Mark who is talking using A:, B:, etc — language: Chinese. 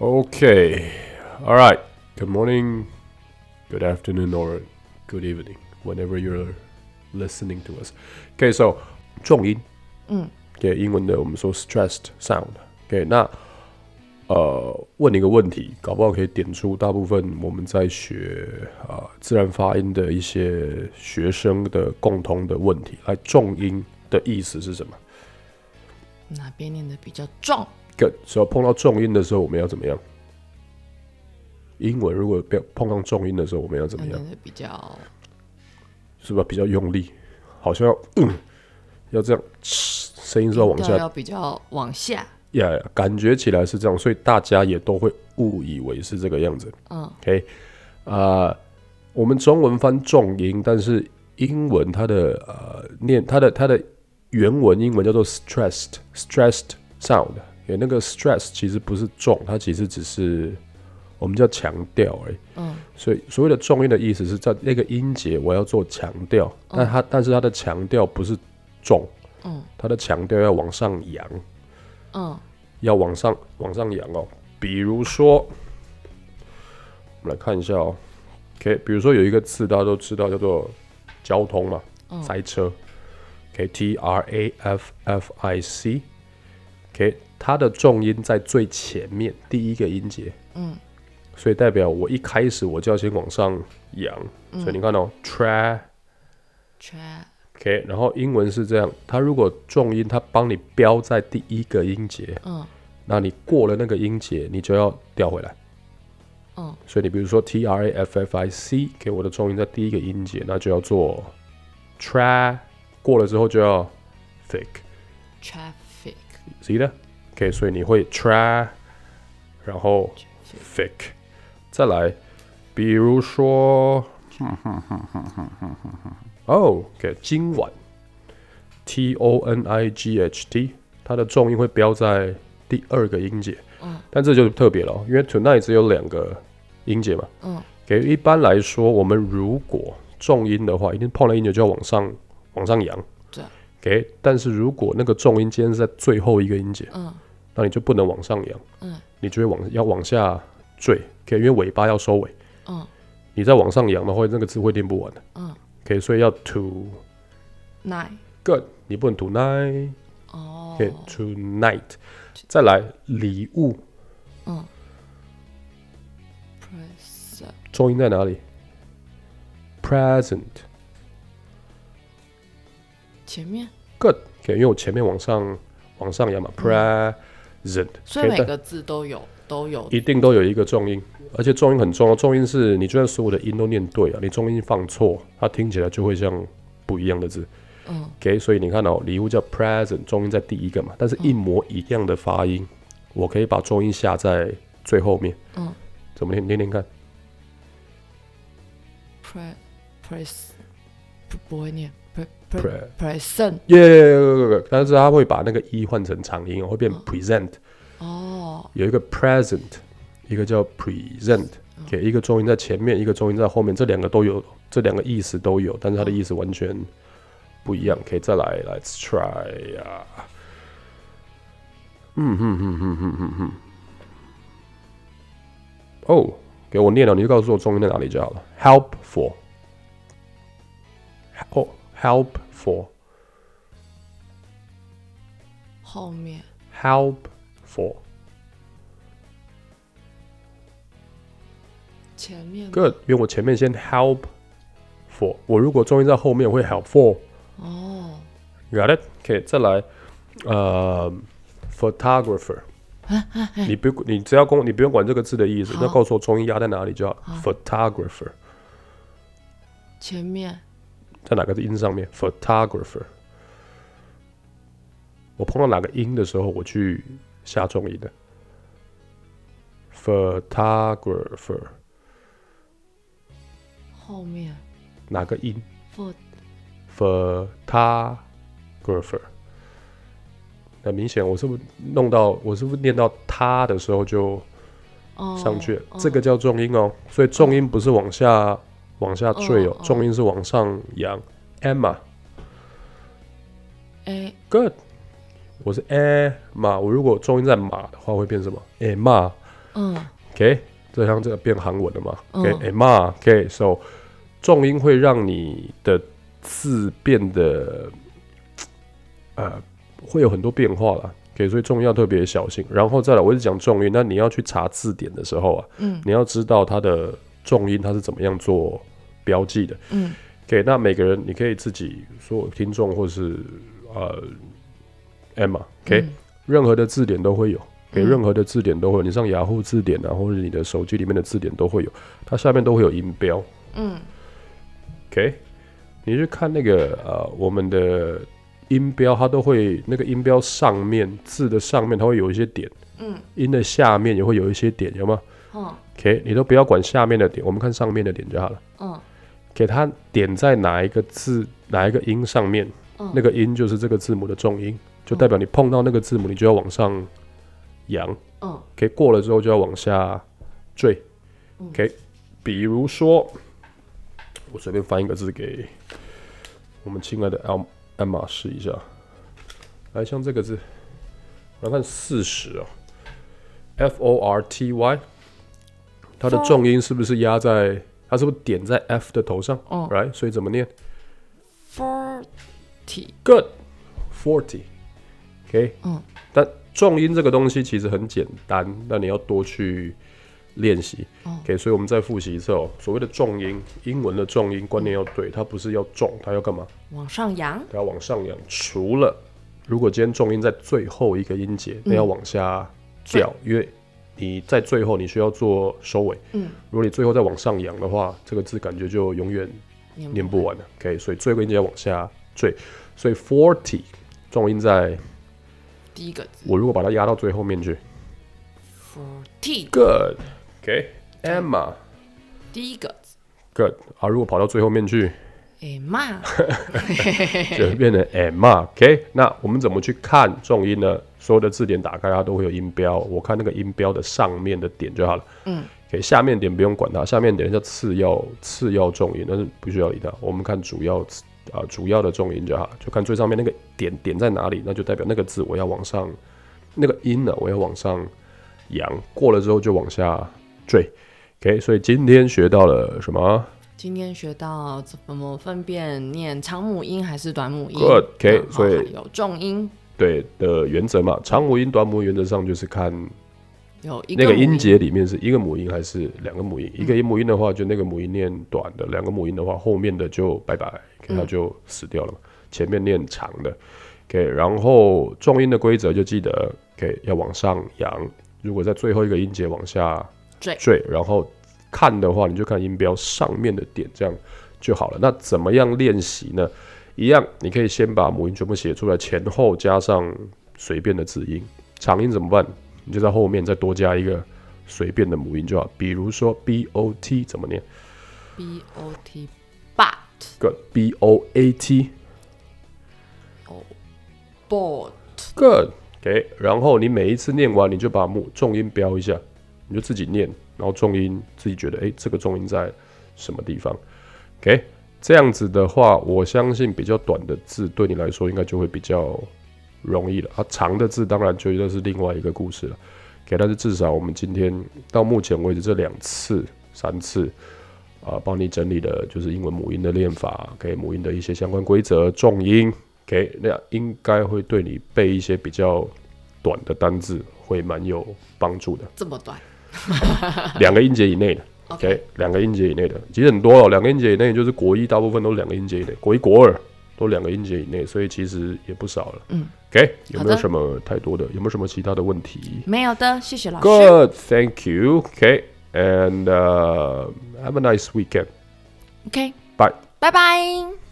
A: Okay. All right. Good morning, good afternoon, or good evening, whenever you're listening to us. Okay. So 重音，
B: 嗯
A: ，OK，英文的我们说 stressed sound。OK，那呃，问你一个问题，搞不好可以点出大部分我们在学啊、呃自然发音的一些学生的共同的问题。来，重音的意思是什么
B: 哪边念的比较重？
A: ？Good。所以碰到重音的时候，我们要怎么样？英文如果被碰到重音的时候，我们要怎
B: 哪
A: 么样？
B: 念的比较
A: 是吧？比较用力，好像要、嗯、要这样，嘶声音是要往
B: 对
A: 下
B: 要比较往下。
A: 呀呀，感觉起来是这样，所以大家也都会误以为是这个样子。
B: 嗯
A: OK，啊、我们中文翻重音，但是英文它的呃念它的它的原文英文叫做 stressed stressed sound，也那个 stress 其实不是重，它其实只是我们叫强调而已。
B: 嗯
A: 所以所谓的重音的意思是在那个音节我要做强调，但它但是它的强调不是重，
B: 嗯
A: 它的强调要往上扬。
B: 嗯
A: 要往上往上扬哦。比如说，我们来看一下哦。OK，比如说有一个字大家都知道叫做交通嘛，塞车。OK，T、R A F F I C。OK，它的重音在最前面第一个音节。
B: 嗯。
A: 所以代表我一开始我就要先往上扬，所以你看哦，tra
B: ，tra
A: OK，然后英文是这样，它如果重音它帮你标在第一个音节，
B: 嗯
A: 那你过了那个音节，你就要调回来。
B: 嗯
A: 所以你比如说 T R A F F I C 给我的重音在第一个音节，那就要做 tra，过了之后就要 thick。
B: traffic
A: See 的？OK，所以你会 tra，然后 thick，再来，比如说，哦，OK，今晚，T O N I G H T，它的重音会标在第二个音节，
B: 嗯
A: 但这就特别了哦，因为 tonight 只有两个音节嘛。
B: 嗯
A: 给一般来说，我们如果重音的话，一定碰了音节就要往上往上扬。
B: 对，
A: 给，但是如果那个重音今天是在最后一个音节，
B: 嗯
A: 那你就不能往上扬，
B: 嗯
A: 你就会往要往下坠，可以，因为尾巴要收尾。
B: 嗯
A: 你再往上扬的话，那个字会念不完的。
B: 嗯
A: 可以，所以要 to
B: ，nine
A: good，你不能 tonight，
B: 哦
A: 可以 tonight。再来礼物，
B: ，present
A: 重音在哪里？present
B: 前面，
A: good，可以，因为我前面往上往上扬嘛，present，
B: 所以每
A: 但
B: 个字都有都有
A: 一定都有一个重音，而且重音很重要。重音是你就算所有的音都念对啊，你重音放错，它听起来就会像不一样的字。
B: 嗯
A: ，OK，所以你看哦，礼物叫 present，重音在第一个嘛，但是一模一样的发音，我可以把重音下在最后面。
B: 嗯，
A: 怎么念？念念看
B: pre pres 不不会念 pre pre
A: pre。
B: present
A: 耶、但是它会把那个一换成长音哦，会变 present，、
B: 哦，
A: 有一个 present，一个叫 present，给、一个重音在前面，一个重音在后面，这两个都有，这两个意思都有，但是它的意思完全不一样。可以再来，Let's try 呀、嗯哼哼哼哼哼哼。哦，给我念了，你就告诉我重音在哪里就好了。Helpful，哦，helpful，helpful，helpful。
B: 后面
A: Helpful
B: 前面
A: Good，因为我前面先 help for，我如果重音在后面我会 help for，got
B: 哦
A: it？OK，、再来，呃，photographer，你不你只要跟我你不用管这个字的意思，
B: 好
A: 那告诉我重音压在哪里就好。photographer
B: 前面
A: 在哪个音上面？photographer，我碰到哪个音的时候，我去下重音的。photographer
B: 后面
A: 哪个音
B: foot
A: photographer。很明显，我是不是弄到我是不是念到他的时候就
B: 哦
A: 上去了？
B: 哦
A: 这个叫重音哦，所以重音不是往下、往下坠哦，
B: 哦哦
A: 重音是往上扬。Emma，good，
B: a
A: 我是 Emma，我如果重音在马的话会变什么？Emma，
B: 嗯
A: OK，这像这个变韩文了嘛
B: 嗯
A: ？OK，哎妈，OK，so、重音会让你的字变得呃会有很多变化啦。OK，所以重音要特别小心。然后再来，我一直讲重音，那你要去查字典的时候啊，
B: 嗯
A: 你要知道它的重音它是怎么样做标记的。
B: 嗯
A: OK，那每个人你可以自己所有听众或是呃 Emma，OK，、
B: 嗯
A: 任何的字典都会有，给、
B: 嗯
A: 任何的字典都会有，你上雅虎字典啊，或者你的手机里面的字典都会有，它下面都会有音标。
B: 嗯
A: OK，你去看那个呃我们的音标，它都会那个音标上面字的上面它会有一些点，
B: 嗯，
A: 音的下面也会有一些点，有吗
B: 嗯
A: ？OK，你都不要管下面的点，我们看上面的点就好了。
B: 嗯
A: 给它点在哪一个字哪一个音上面，
B: 嗯
A: 那个音就是这个字母的重音，就代表你碰到那个字母，你就要往上扬。
B: 嗯
A: OK，过了之后就要往下坠。OK，比
B: 嗯
A: 如说，我随便翻一个字给我们亲爱的 L 艾玛试一下。来，像这个字，我来看四十哦，F O R T Y，它的
B: Fort-
A: 重音是不是压在？它是不是点在 F 的头上？
B: 嗯
A: r i g h t 所以怎么念？
B: ，forty，
A: Good forty。OK，
B: 嗯，
A: 但重音这个东西其实很简单，但你要多去练习。OK，所以我们再复习一次哦。所谓的重音，英文的重音观念要对，它不是要重，它要干嘛？
B: 往上扬，
A: 它要往上扬。除了如果今天重音在最后一个音节，那要往下掉，因为你在最后你需要做收尾。
B: 嗯，
A: 如果你最后再往上扬的话，这个字感觉就永远
B: 念
A: 念不完的。OK，所以最后一节往下坠，所以 forty 重音在
B: 第一个字
A: 我如果把它压到最后面去
B: ，forty，
A: ，good。OK，Emma、
B: 第一个字
A: good 啊，如果跑到最后面去，
B: 哎妈，
A: 就会变成 Emma。OK，那我们怎么去看重音呢？所有的字典打开，它都会有音标，我看那个音标的上面的点就好了。
B: 嗯
A: 给下面点不用管它，下面点叫次要次要重音，但是不需要理它。我们看主要啊、主要的重音就好了，就看最上面那个点点在哪里，那就代表那个字我要往上，那个音呢我要往上扬，过了之后就往下坠。OK，所以今天学到了什么
B: 今天学到怎么分辨念长母音还是短母音
A: Good，OK，
B: 然后
A: 所以
B: 还有重音，
A: 对的原则嘛？长母音、短母音原则上就是看
B: 有一
A: 那个
B: 母
A: 音嗯节里面是一个母音还是两个母音？一个母音的话，就那个母音念短的；两个母音的话，后面的就拜拜，给它就死掉了嘛。前面念长的，OK。然后重音的规则就记得，OK，要往上扬。如果在最后一个音节往下
B: 坠
A: 坠，然后看的话，你就看音标上面的点，这样就好了。那怎么样练习呢？一样，你可以先把母音全部写出来，前后加上随便的字音。长音怎么办？你就在后面再多加一个随便的母音就好。比如说 b o t 怎么念
B: B O T but
A: ？Good b o a t
B: board
A: good OK。然后你每一次念完，你就把母重音标一下，你就自己念，然后重音自己觉得，哎，这个重音在什么地方？OK，这样子的话，我相信比较短的字对你来说应该就会比较容易了。啊，长的字当然就又是另外一个故事了。OK，但是至少我们今天到目前为止这两次、三次，啊、帮你整理的就是英文母音的练法，OK，母音的一些相关规则、重音，OK，那应该会对你背一些比较短的单字会蛮有帮助的，
B: 这么短
A: 两个音节以内的。OK，两个音节以内的，其实很多哦，两个音节以内就是国一大部分都两个音节以内，国一国二都两个音节以内，所以其实也不少了。嗯，OK，有没
B: 好
A: 有
B: 的
A: 什么太多的？有没有什么其他的问题？
B: 没有的，谢谢老师。
A: Good, thank you. Okay, 呃 and uh, have a nice weekend.
B: OK，
A: Bye.
B: 拜拜。